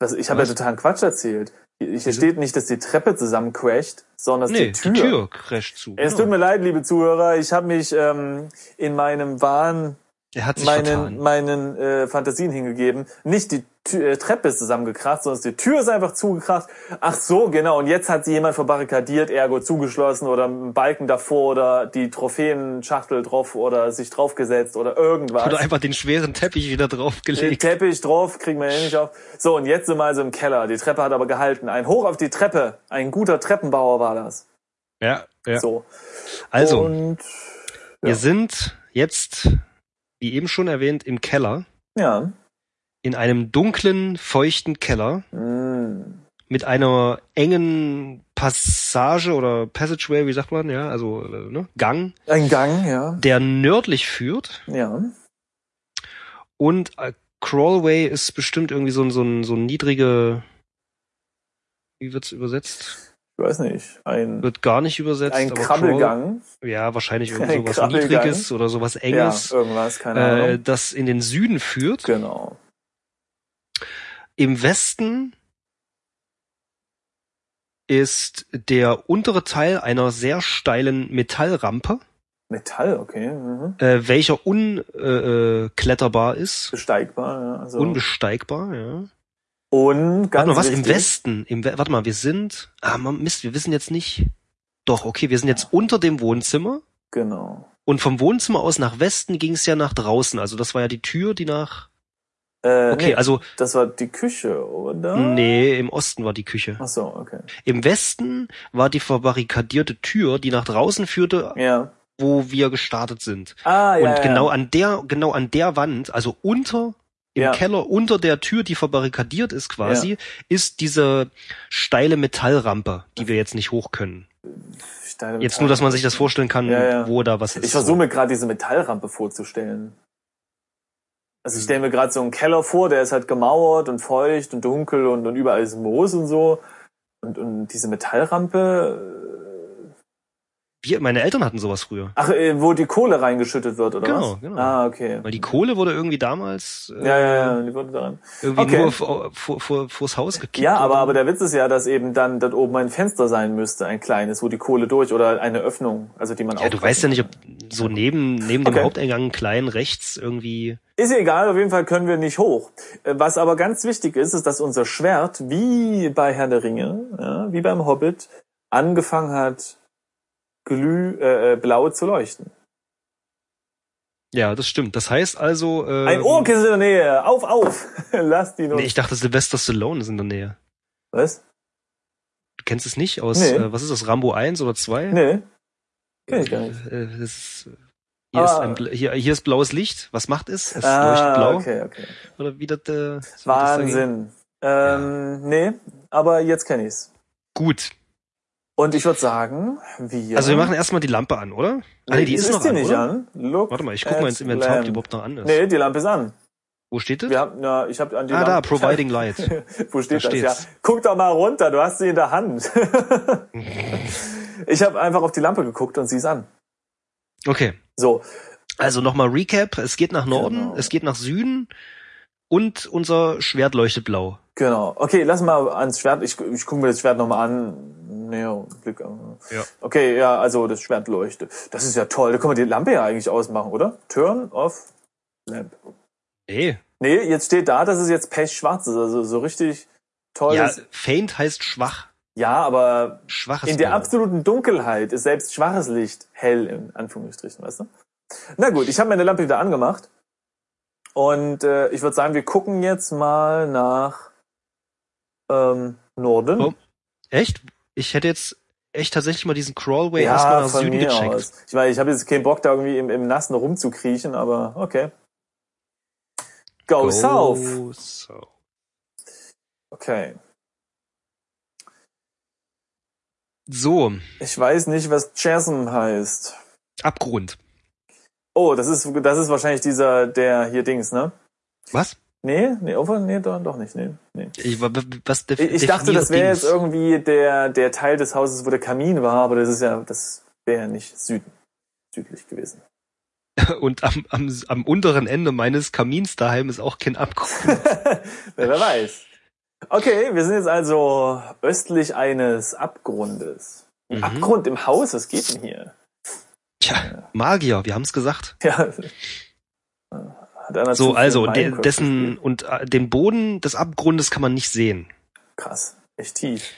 [SPEAKER 1] Was, ich habe ja
[SPEAKER 2] Was?
[SPEAKER 1] totalen Quatsch erzählt. Hier hier
[SPEAKER 2] Wieso?
[SPEAKER 1] steht nicht, dass die Treppe zusammencrasht, sondern dass
[SPEAKER 2] nee,
[SPEAKER 1] Also die Tür.
[SPEAKER 2] die Tür crasht zu.
[SPEAKER 1] Es tut
[SPEAKER 2] genau.
[SPEAKER 1] mir leid, liebe Zuhörer, ich habe mich ähm, in meinem Wahn
[SPEAKER 2] er hat sich
[SPEAKER 1] meinen,
[SPEAKER 2] vertan.
[SPEAKER 1] meinen äh, Fantasien hingegeben. Nicht die Tü äh, Treppe ist zusammengekracht, sondern die Tür ist einfach zugekracht. Ach so, genau. Und jetzt hat sie jemand verbarrikadiert, ergo zugeschlossen oder einen Balken davor oder die Trophäenschachtel drauf oder sich draufgesetzt oder irgendwas.
[SPEAKER 2] Oder einfach den schweren Teppich wieder
[SPEAKER 1] Den
[SPEAKER 2] draufgelegt.
[SPEAKER 1] Teppich drauf, kriegen wir ja nicht auf. So, und jetzt sind wir also im Keller. Die Treppe hat aber gehalten. Ein Hoch auf die Treppe. Ein guter Treppenbauer war das.
[SPEAKER 2] Ja, ja.
[SPEAKER 1] So.
[SPEAKER 2] Also,
[SPEAKER 1] Und, ja.
[SPEAKER 2] wir sind jetzt, wie eben schon erwähnt, im Keller.
[SPEAKER 1] ja.
[SPEAKER 2] In einem dunklen, feuchten Keller
[SPEAKER 1] Mm.
[SPEAKER 2] mit einer engen Passage oder Passageway, wie sagt man, ja, also äh, ne, Gang,
[SPEAKER 1] Ein Gang, ja.
[SPEAKER 2] der nördlich führt.
[SPEAKER 1] Ja.
[SPEAKER 2] Und äh, Crawlway ist bestimmt irgendwie so ein, so ein, so ein niedrige, wie wird's übersetzt?
[SPEAKER 1] Ich weiß nicht. Ein,
[SPEAKER 2] Wird gar nicht übersetzt.
[SPEAKER 1] ein
[SPEAKER 2] aber
[SPEAKER 1] Krabbelgang.
[SPEAKER 2] Crawl,
[SPEAKER 1] (laughs)
[SPEAKER 2] ja, wahrscheinlich irgendwie
[SPEAKER 1] Ein
[SPEAKER 2] sowas
[SPEAKER 1] Krabbelgang.
[SPEAKER 2] Niedriges oder sowas
[SPEAKER 1] Ja,
[SPEAKER 2] Enges,
[SPEAKER 1] irgendwas, keine
[SPEAKER 2] äh,
[SPEAKER 1] Ahnung.
[SPEAKER 2] das in den Süden führt.
[SPEAKER 1] Genau.
[SPEAKER 2] Im Westen ist der untere Teil einer sehr steilen Metallrampe,
[SPEAKER 1] Metall, okay. Mhm.
[SPEAKER 2] äh, welcher unkletterbar äh, kletterbar ist,
[SPEAKER 1] Besteigbar, ja. Also.
[SPEAKER 2] unbesteigbar, ja.
[SPEAKER 1] Und ganz
[SPEAKER 2] Warte mal, was im
[SPEAKER 1] wichtig,
[SPEAKER 2] Westen? Im We Warte mal, wir sind. Ah, Mann, Mist, wir wissen jetzt nicht. Doch, okay, wir sind jetzt unter dem Wohnzimmer
[SPEAKER 1] Genau.
[SPEAKER 2] und vom Wohnzimmer aus nach Westen ging es ja nach draußen. Also das war ja die Tür, die nach.
[SPEAKER 1] Äh,
[SPEAKER 2] Okay,
[SPEAKER 1] nee, Ah.
[SPEAKER 2] also
[SPEAKER 1] das war die Küche, oder?
[SPEAKER 2] nee, im Osten war die Küche.
[SPEAKER 1] Ach so, okay.
[SPEAKER 2] Im Westen war die verbarrikadierte Tür, die nach draußen führte,
[SPEAKER 1] Ja.
[SPEAKER 2] wo wir gestartet sind.
[SPEAKER 1] Ah, ja.
[SPEAKER 2] und
[SPEAKER 1] ja,
[SPEAKER 2] genau an der, genau an der Wand, also unter im
[SPEAKER 1] Ja.
[SPEAKER 2] Keller, unter der Tür, die verbarrikadiert ist quasi, ist diese steile Metallrampe, die wir jetzt nicht hoch können.
[SPEAKER 1] Steine-
[SPEAKER 2] Jetzt nur, dass man sich das vorstellen kann,
[SPEAKER 1] Ja, ja.
[SPEAKER 2] wo da was ist.
[SPEAKER 1] Ich versuche mir gerade diese Metallrampe vorzustellen. Also ich stelle mir gerade so einen Keller vor, der ist halt gemauert und feucht und dunkel und, und überall ist Moos und so. Und, und diese Metallrampe, äh,
[SPEAKER 2] Wir, meine Eltern hatten sowas früher.
[SPEAKER 1] ach, äh, wo die Kohle reingeschüttet wird, oder
[SPEAKER 2] Genau,
[SPEAKER 1] was?
[SPEAKER 2] genau.
[SPEAKER 1] Ah, okay.
[SPEAKER 2] Weil die Kohle wurde irgendwie damals äh,
[SPEAKER 1] Ja, ja, ja, die wurde daran.
[SPEAKER 2] irgendwie
[SPEAKER 1] okay.
[SPEAKER 2] nur vor, vor, vor, vors Haus gekippt.
[SPEAKER 1] Ja, aber,
[SPEAKER 2] oder?
[SPEAKER 1] aber der Witz ist ja, dass eben dann dort oben ein Fenster sein müsste, ein kleines, wo die Kohle durch oder eine Öffnung, also die man
[SPEAKER 2] ja, du weißt ja nicht, ob so neben, neben dem
[SPEAKER 1] Okay.
[SPEAKER 2] Haupteingang klein rechts irgendwie.
[SPEAKER 1] Ist egal, auf jeden Fall können wir nicht hoch. Äh, Was aber ganz wichtig ist, ist, dass unser Schwert, wie bei Herr der Ringe, ja, wie beim Hobbit, angefangen hat, glüh, äh, äh, blau zu leuchten.
[SPEAKER 2] Ja, das stimmt. Das heißt also. Ähm,
[SPEAKER 1] Ein Ork ist in der Nähe! Auf, auf! (laughs) Lasst ihn uns.
[SPEAKER 2] Nee, ich dachte, Sylvester Stallone ist in der Nähe.
[SPEAKER 1] Was?
[SPEAKER 2] Du kennst es nicht aus,
[SPEAKER 1] Nee.
[SPEAKER 2] äh, was ist das, Rambo 1 oder 2?
[SPEAKER 1] Nee. Kenn ich gar nicht.
[SPEAKER 2] Äh, äh, es ist, hier, ist
[SPEAKER 1] Ah.
[SPEAKER 2] ein, bl- hier, hier ist blaues Licht. Was macht es? Es leuchtet
[SPEAKER 1] ah,
[SPEAKER 2] blau.
[SPEAKER 1] okay, okay.
[SPEAKER 2] Oder wie das, äh, so das da geht.
[SPEAKER 1] Wahnsinn. Ähm, Nee, aber jetzt kenn ich's.
[SPEAKER 2] Gut.
[SPEAKER 1] Und ich würde sagen, wir...
[SPEAKER 2] Also wir machen erstmal die Lampe an, oder? Ah, nee, die ist, noch
[SPEAKER 1] die
[SPEAKER 2] an,
[SPEAKER 1] nicht
[SPEAKER 2] oder?
[SPEAKER 1] an. Look
[SPEAKER 2] Warte mal, ich guck
[SPEAKER 1] at
[SPEAKER 2] mal ins Inventar, ob die
[SPEAKER 1] lamp.
[SPEAKER 2] überhaupt noch an ist.
[SPEAKER 1] Nee, die Lampe ist an.
[SPEAKER 2] Wo steht das?
[SPEAKER 1] Wir haben, na, ich habe an die
[SPEAKER 2] ah, da,
[SPEAKER 1] Lampe-
[SPEAKER 2] Providing Light.
[SPEAKER 1] (laughs) Wo steht
[SPEAKER 2] Da
[SPEAKER 1] das? Ja.
[SPEAKER 2] steht's.
[SPEAKER 1] Guck doch mal runter, du hast sie in der
[SPEAKER 2] (laughs)
[SPEAKER 1] Hand. (laughs) ich habe einfach auf die Lampe geguckt und sie ist an.
[SPEAKER 2] Okay.
[SPEAKER 1] So,
[SPEAKER 2] Also nochmal Recap. Es geht nach Norden,
[SPEAKER 1] Genau.
[SPEAKER 2] es geht nach Süden und unser Schwert leuchtet blau.
[SPEAKER 1] genau. Okay, lass mal ans Schwert. Ich, ich gucke mir das Schwert nochmal an. Neo, Blick. äh.
[SPEAKER 2] Ja.
[SPEAKER 1] Okay, ja, also das Schwert leuchtet. Das ist ja toll. Da können wir die Lampe ja eigentlich ausmachen, oder? Turn off lamp.
[SPEAKER 2] Nee.
[SPEAKER 1] Nee, jetzt steht da, dass es jetzt pechschwarz ist. Also so richtig toll.
[SPEAKER 2] Ja,
[SPEAKER 1] ist-
[SPEAKER 2] faint heißt schwach.
[SPEAKER 1] ja aber
[SPEAKER 2] Schwaches
[SPEAKER 1] In der
[SPEAKER 2] Blau.
[SPEAKER 1] absoluten Dunkelheit ist selbst schwaches Licht hell, in Anführungsstrichen, weißt du? Na gut, ich habe meine Lampe wieder angemacht. Und äh, ich würde sagen, wir gucken jetzt mal nach ähm, Norden.
[SPEAKER 2] Oh, Echt? Ich hätte jetzt echt tatsächlich mal diesen Crawlway erstmal
[SPEAKER 1] ja,
[SPEAKER 2] nach
[SPEAKER 1] von
[SPEAKER 2] Süden
[SPEAKER 1] mir
[SPEAKER 2] gecheckt.
[SPEAKER 1] aus. Ich meine, ich habe jetzt keinen Bock, da irgendwie im, im Nassen rumzukriechen, aber okay. Go, south.
[SPEAKER 2] Go south.
[SPEAKER 1] Okay.
[SPEAKER 2] So,
[SPEAKER 1] Ich weiß nicht, was Chasm heißt.
[SPEAKER 2] Abgrund.
[SPEAKER 1] Oh, das ist das ist wahrscheinlich dieser der hier Dings, ne?
[SPEAKER 2] Was?
[SPEAKER 1] Nee, nee, Over, nee, doch, doch nicht, nee, nee.
[SPEAKER 2] Ich, wa- wa- was def-
[SPEAKER 1] Ich, ich dachte,
[SPEAKER 2] definiert
[SPEAKER 1] das wäre
[SPEAKER 2] Dings?
[SPEAKER 1] jetzt irgendwie der, der Teil des Hauses, wo der Kamin war, aber das ist ja, das wäre ja nicht Süden, südlich gewesen.
[SPEAKER 2] Und am, am, am unteren Ende meines Kamins daheim ist auch kein Abgrund.
[SPEAKER 1] (laughs) Wer weiß. Okay, wir sind jetzt also östlich eines Abgrundes. Ein
[SPEAKER 2] Mhm.
[SPEAKER 1] Abgrund im Haus, was geht denn hier? (laughs)
[SPEAKER 2] Tja, Magier, wir haben es gesagt.
[SPEAKER 1] Ja. Hat einer zu
[SPEAKER 2] So,
[SPEAKER 1] viel
[SPEAKER 2] also de,
[SPEAKER 1] Minecraft
[SPEAKER 2] dessen
[SPEAKER 1] gespielt?
[SPEAKER 2] und äh, den Boden des Abgrundes kann man nicht sehen.
[SPEAKER 1] Krass, echt tief.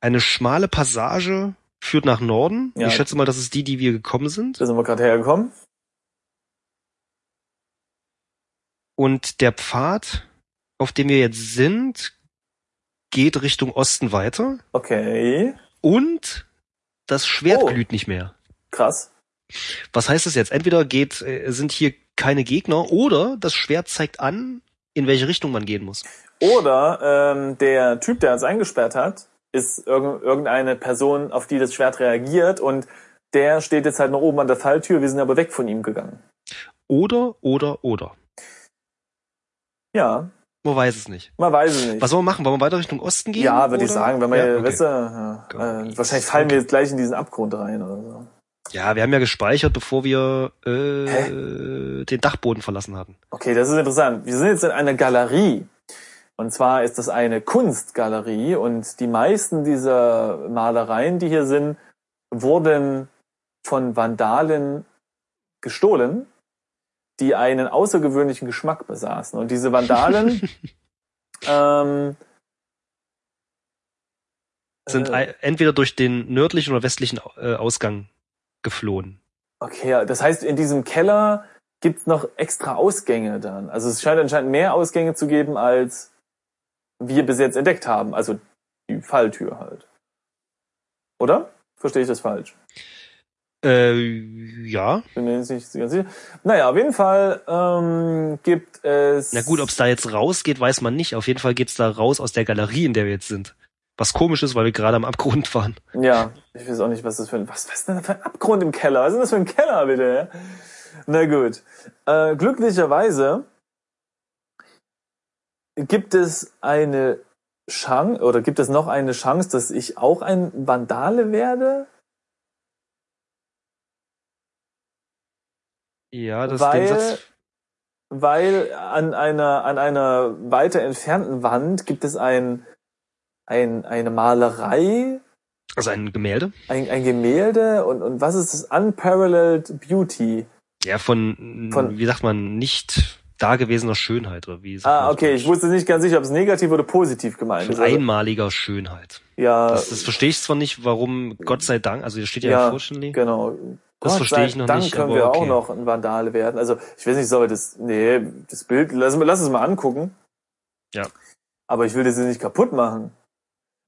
[SPEAKER 2] Eine schmale Passage führt nach Norden.
[SPEAKER 1] Ja.
[SPEAKER 2] Ich schätze mal, das ist die, die wir gekommen sind.
[SPEAKER 1] Da sind wir gerade hergekommen.
[SPEAKER 2] Und der Pfad, auf dem wir jetzt sind, geht Richtung Osten weiter.
[SPEAKER 1] Okay,
[SPEAKER 2] Und das Schwert
[SPEAKER 1] Oh.
[SPEAKER 2] glüht nicht mehr.
[SPEAKER 1] krass.
[SPEAKER 2] Was heißt das jetzt? Entweder geht, äh, sind hier keine Gegner oder das Schwert zeigt an, in welche Richtung man gehen muss.
[SPEAKER 1] Oder ähm, der Typ, der uns eingesperrt hat, ist irg irgendeine Person, auf die das Schwert reagiert und der steht jetzt halt noch oben an der Falltür, wir sind aber weg von ihm gegangen.
[SPEAKER 2] Oder, oder, oder.
[SPEAKER 1] Ja,
[SPEAKER 2] Man weiß es nicht.
[SPEAKER 1] man weiß es nicht.
[SPEAKER 2] Was soll man machen? Wollen wir weiter Richtung Osten gehen?
[SPEAKER 1] ja, würde ich
[SPEAKER 2] oder?
[SPEAKER 1] sagen, wenn man, ja,
[SPEAKER 2] ja, okay. Genau,
[SPEAKER 1] weißt du, ja, äh,
[SPEAKER 2] Gott.
[SPEAKER 1] wahrscheinlich fallen wir jetzt gleich in diesen Abgrund rein oder so.
[SPEAKER 2] ja, wir haben ja gespeichert, bevor wir äh, den Dachboden verlassen hatten.
[SPEAKER 1] Okay, das ist interessant. Wir sind jetzt in einer Galerie. Und zwar ist das eine Kunstgalerie und die meisten dieser Malereien, die hier sind, wurden von Vandalen gestohlen, die einen außergewöhnlichen Geschmack besaßen. Und diese Vandalen ähm,
[SPEAKER 2] (laughs) Sind
[SPEAKER 1] äh,
[SPEAKER 2] ei- entweder durch den nördlichen oder westlichen äh, Ausgang geflohen.
[SPEAKER 1] Okay, das heißt, in diesem Keller gibt's noch extra Ausgänge dann. Also es scheint anscheinend mehr Ausgänge zu geben, als wir bis jetzt entdeckt haben. Also die Falltür halt. Oder? Verstehe ich das falsch?
[SPEAKER 2] Äh, ja.
[SPEAKER 1] Bin mir jetzt nicht ganz sicher. Naja, auf jeden Fall ähm, gibt es.
[SPEAKER 2] Na gut, ob es da jetzt rausgeht, weiß man nicht. Auf jeden Fall geht's da raus aus der Galerie, in der wir jetzt sind. Was komisch ist, weil wir gerade am Abgrund (laughs) waren.
[SPEAKER 1] Ja, ich weiß auch nicht, was das für ein. Was, was ist denn da für ein Abgrund im Keller? Was ist denn das für ein Keller, bitte? Na gut. Äh, glücklicherweise gibt es eine Chance, oder gibt es noch eine Chance, dass ich auch ein Vandale werde?
[SPEAKER 2] Ja, das
[SPEAKER 1] Weil-
[SPEAKER 2] den Satz.
[SPEAKER 1] Weil an einer, an einer weiter entfernten Wand gibt es ein, ein, eine Malerei,
[SPEAKER 2] Also ein Gemälde.
[SPEAKER 1] ein, ein Gemälde und, und was ist das? Unparalleled Beauty.
[SPEAKER 2] Ja, von,
[SPEAKER 1] Von-
[SPEAKER 2] wie sagt man, nicht dagewesener Schönheit oder wie sagt man
[SPEAKER 1] Ah,
[SPEAKER 2] das
[SPEAKER 1] okay.
[SPEAKER 2] Deutsch?
[SPEAKER 1] Ich wusste nicht ganz sicher, ob es negativ oder positiv gemeint
[SPEAKER 2] Von
[SPEAKER 1] ist. Also,
[SPEAKER 2] einmaliger Schönheit.
[SPEAKER 1] ja,
[SPEAKER 2] Das, das verstehe ich zwar nicht, warum Gott sei Dank, also hier steht ja,
[SPEAKER 1] Ja,
[SPEAKER 2] unfortunately.
[SPEAKER 1] genau.
[SPEAKER 2] Das
[SPEAKER 1] Gott
[SPEAKER 2] verstehe
[SPEAKER 1] sei
[SPEAKER 2] ich noch
[SPEAKER 1] Dank
[SPEAKER 2] nicht,
[SPEAKER 1] können
[SPEAKER 2] aber
[SPEAKER 1] wir auch
[SPEAKER 2] okay.
[SPEAKER 1] noch ein Vandale werden. Also ich weiß nicht, sollen wir das. Nee, das Bild, lass, lass es mal angucken.
[SPEAKER 2] Ja.
[SPEAKER 1] Aber ich will das jetzt nicht kaputt machen.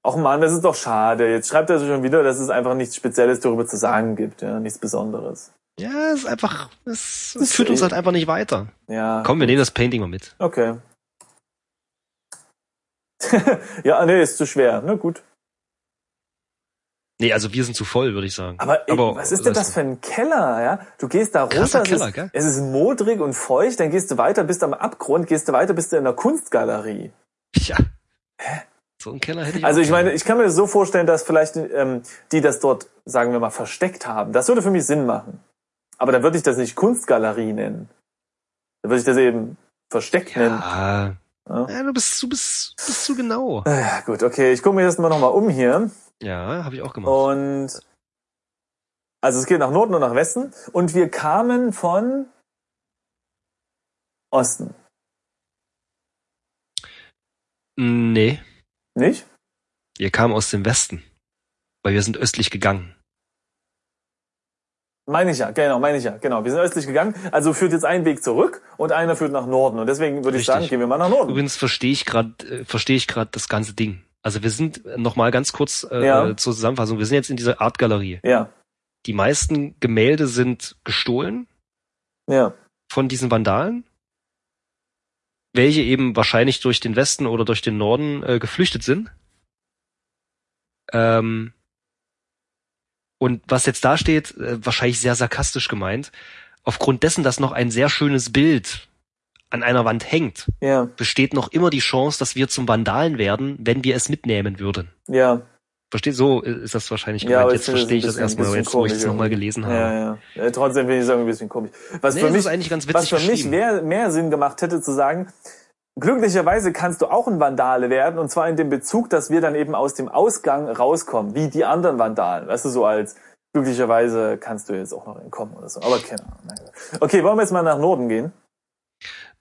[SPEAKER 1] Och Mann, das ist doch schade. Jetzt schreibt er schon wieder, dass es einfach nichts Spezielles darüber zu sagen gibt, ja, nichts Besonderes.
[SPEAKER 2] Ja, es ist einfach, es,
[SPEAKER 1] Das
[SPEAKER 2] es führt uns
[SPEAKER 1] ist- eh-
[SPEAKER 2] halt einfach nicht weiter.
[SPEAKER 1] Ja.
[SPEAKER 2] Komm, wir nehmen das Painting mal mit.
[SPEAKER 1] Okay. (laughs) ja, nee, ist zu schwer. Na gut.
[SPEAKER 2] Nee, also wir sind zu voll, würde ich sagen.
[SPEAKER 1] Aber, ey,
[SPEAKER 2] Aber,
[SPEAKER 1] was ist denn
[SPEAKER 2] weißt
[SPEAKER 1] das
[SPEAKER 2] du.
[SPEAKER 1] für ein Keller, ja? Du gehst da
[SPEAKER 2] Krasser
[SPEAKER 1] runter, es,
[SPEAKER 2] Keller,
[SPEAKER 1] ist,
[SPEAKER 2] gell?
[SPEAKER 1] es ist modrig und feucht, dann gehst du weiter, bist am Abgrund, gehst du weiter, bist du in der Kunstgalerie.
[SPEAKER 2] (laughs) Ja. So einen Keller hätte ich
[SPEAKER 1] Also
[SPEAKER 2] auch
[SPEAKER 1] ich meine,
[SPEAKER 2] gerne.
[SPEAKER 1] ich kann mir das so vorstellen, dass vielleicht ähm, die das dort, sagen wir mal, versteckt haben. Das würde für mich Sinn machen. Aber dann würde ich das nicht Kunstgalerie nennen. Dann würde ich das eben versteckt nennen.
[SPEAKER 2] Ja.
[SPEAKER 1] Ja. Äh.
[SPEAKER 2] ja, du bist, du bist, bist zu genau.
[SPEAKER 1] Ja, Ah, gut, okay, ich gucke mir das mal nochmal um hier.
[SPEAKER 2] Ja, habe ich auch gemacht.
[SPEAKER 1] Und also es geht nach Norden und nach Westen. Und wir kamen von Osten,
[SPEAKER 2] Nee,
[SPEAKER 1] nicht?
[SPEAKER 2] ihr kam aus dem Westen. Weil wir sind östlich gegangen.
[SPEAKER 1] Meine ich ja, genau, meine ich ja, genau. Wir sind östlich gegangen. Also führt jetzt ein Weg zurück und einer führt nach Norden. Und deswegen würde ich
[SPEAKER 2] Richtig.
[SPEAKER 1] sagen, gehen wir mal nach Norden.
[SPEAKER 2] Übrigens verstehe ich gerade, äh, verstehe ich gerade das ganze Ding. Also wir sind nochmal ganz kurz äh,
[SPEAKER 1] Ja.
[SPEAKER 2] zur Zusammenfassung. Wir sind jetzt in dieser Artgalerie.
[SPEAKER 1] Ja,
[SPEAKER 2] Die meisten Gemälde sind gestohlen
[SPEAKER 1] ja,
[SPEAKER 2] von diesen Vandalen, welche eben wahrscheinlich durch den Westen oder durch den Norden äh, geflüchtet sind. Ähm, und was jetzt da steht, äh, wahrscheinlich sehr sarkastisch gemeint, aufgrund dessen, dass noch ein sehr schönes Bild an einer Wand hängt,
[SPEAKER 1] Ja,
[SPEAKER 2] besteht noch immer die Chance, dass wir zum Vandalen werden, wenn wir es mitnehmen würden.
[SPEAKER 1] ja,
[SPEAKER 2] Versteht, so äh, ist das wahrscheinlich
[SPEAKER 1] Ja,
[SPEAKER 2] gemeint.
[SPEAKER 1] aber ich
[SPEAKER 2] jetzt
[SPEAKER 1] finde das
[SPEAKER 2] verstehe ich
[SPEAKER 1] ein
[SPEAKER 2] das
[SPEAKER 1] bisschen-
[SPEAKER 2] erstmal, aber
[SPEAKER 1] bisschen
[SPEAKER 2] jetzt, wo ich es
[SPEAKER 1] komisch
[SPEAKER 2] nochmal
[SPEAKER 1] irgendwie.
[SPEAKER 2] gelesen habe.
[SPEAKER 1] ja, ja. Äh, Trotzdem finde ich es irgendwie ein bisschen komisch. Was
[SPEAKER 2] Nee,
[SPEAKER 1] für
[SPEAKER 2] das
[SPEAKER 1] mich
[SPEAKER 2] ist eigentlich ganz
[SPEAKER 1] was
[SPEAKER 2] witzig
[SPEAKER 1] für mich
[SPEAKER 2] geschrieben.
[SPEAKER 1] mehr, mehr Sinn gemacht hätte zu sagen, glücklicherweise kannst du auch ein Vandale werden und zwar in dem Bezug, dass wir dann eben aus dem Ausgang rauskommen, wie die anderen Vandalen. Weißt du, so als glücklicherweise kannst du jetzt auch noch entkommen oder so. Aber keine Ahnung. Naja. Okay, wollen wir jetzt mal nach Norden gehen?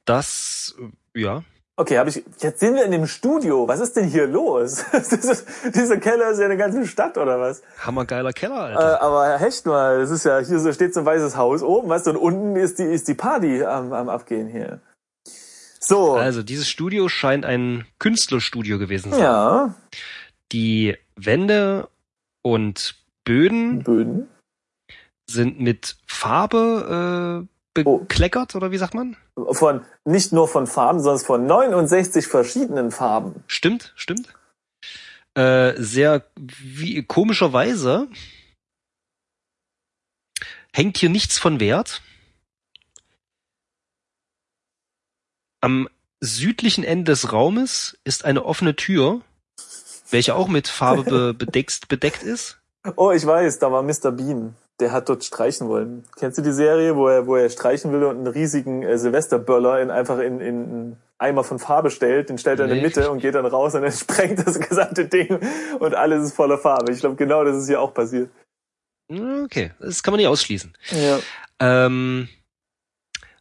[SPEAKER 2] das, äh, ja.
[SPEAKER 1] Okay, habe ich. Jetzt sind wir in dem Studio. Was ist denn hier los? (laughs) Das ist- Dieser Keller ist ja eine ganze Stadt oder was?
[SPEAKER 2] Hammergeiler Keller,
[SPEAKER 1] Äh,
[SPEAKER 2] Alter.
[SPEAKER 1] aber Herr Hecht mal, es ist ja hier so steht so ein weißes Haus oben, weißt du, und unten ist die ist die Party am, am abgehen hier. So,
[SPEAKER 2] also, dieses Studio scheint ein Künstlerstudio gewesen zu sein.
[SPEAKER 1] ja,
[SPEAKER 2] Die Wände und Böden
[SPEAKER 1] Böden.
[SPEAKER 2] sind mit Farbe äh,
[SPEAKER 1] Oh.
[SPEAKER 2] bekleckert, oder wie sagt man?
[SPEAKER 1] Von nicht nur von Farben, sondern von 69 verschiedenen Farben.
[SPEAKER 2] Stimmt, stimmt. Äh, sehr wie, komischerweise hängt hier nichts von Wert. Am südlichen Ende des Raumes ist eine offene Tür, welche auch mit Farbe be bedeckt, bedeckt ist.
[SPEAKER 1] Oh, ich weiß, da war Mr. Bean. Der hat dort streichen wollen. Kennst du die Serie, wo er, wo er streichen will und einen riesigen äh, Silvesterböller in, einfach in, in einen Eimer von Farbe stellt, den stellt er in die
[SPEAKER 2] Nee.
[SPEAKER 1] Mitte und geht dann raus und dann (laughs) sprengt das gesamte Ding und alles ist voller Farbe. Ich glaube, genau das ist hier auch passiert.
[SPEAKER 2] Okay, das kann man nicht ausschließen.
[SPEAKER 1] Ja.
[SPEAKER 2] Ähm,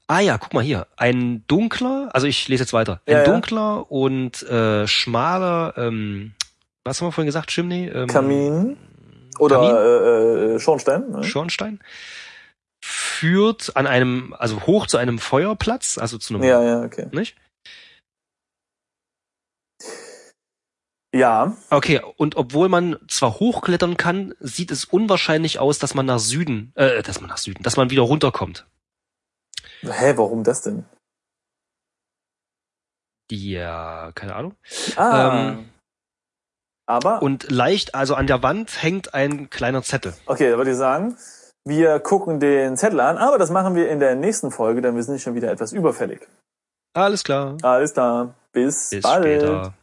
[SPEAKER 2] ah ja, guck mal hier. Ein dunkler, also ich lese jetzt weiter. Ein
[SPEAKER 1] Ja, ja.
[SPEAKER 2] dunkler und äh, schmaler, ähm, was haben wir vorhin gesagt, Chimney? Ähm,
[SPEAKER 1] Kamin oder Äh, äh, Schornstein. Ne?
[SPEAKER 2] Schornstein. Führt an einem, also hoch zu einem Feuerplatz, also zu einem,
[SPEAKER 1] Ja, ja, okay.
[SPEAKER 2] nicht?
[SPEAKER 1] Ja,
[SPEAKER 2] Okay, und obwohl man zwar hochklettern kann, sieht es unwahrscheinlich aus, dass man nach Süden, äh, dass man nach Süden, dass man wieder runterkommt.
[SPEAKER 1] hä, warum das denn?
[SPEAKER 2] Ja, keine Ahnung.
[SPEAKER 1] Ah.
[SPEAKER 2] Ähm,
[SPEAKER 1] aber
[SPEAKER 2] Und leicht, also an der Wand hängt ein kleiner Zettel.
[SPEAKER 1] Okay, da würde ich sagen, wir gucken den Zettel an, aber das machen wir in der nächsten Folge, denn wir sind schon wieder etwas überfällig.
[SPEAKER 2] Alles klar.
[SPEAKER 1] Alles klar, bis,
[SPEAKER 2] Bis
[SPEAKER 1] bald.
[SPEAKER 2] später.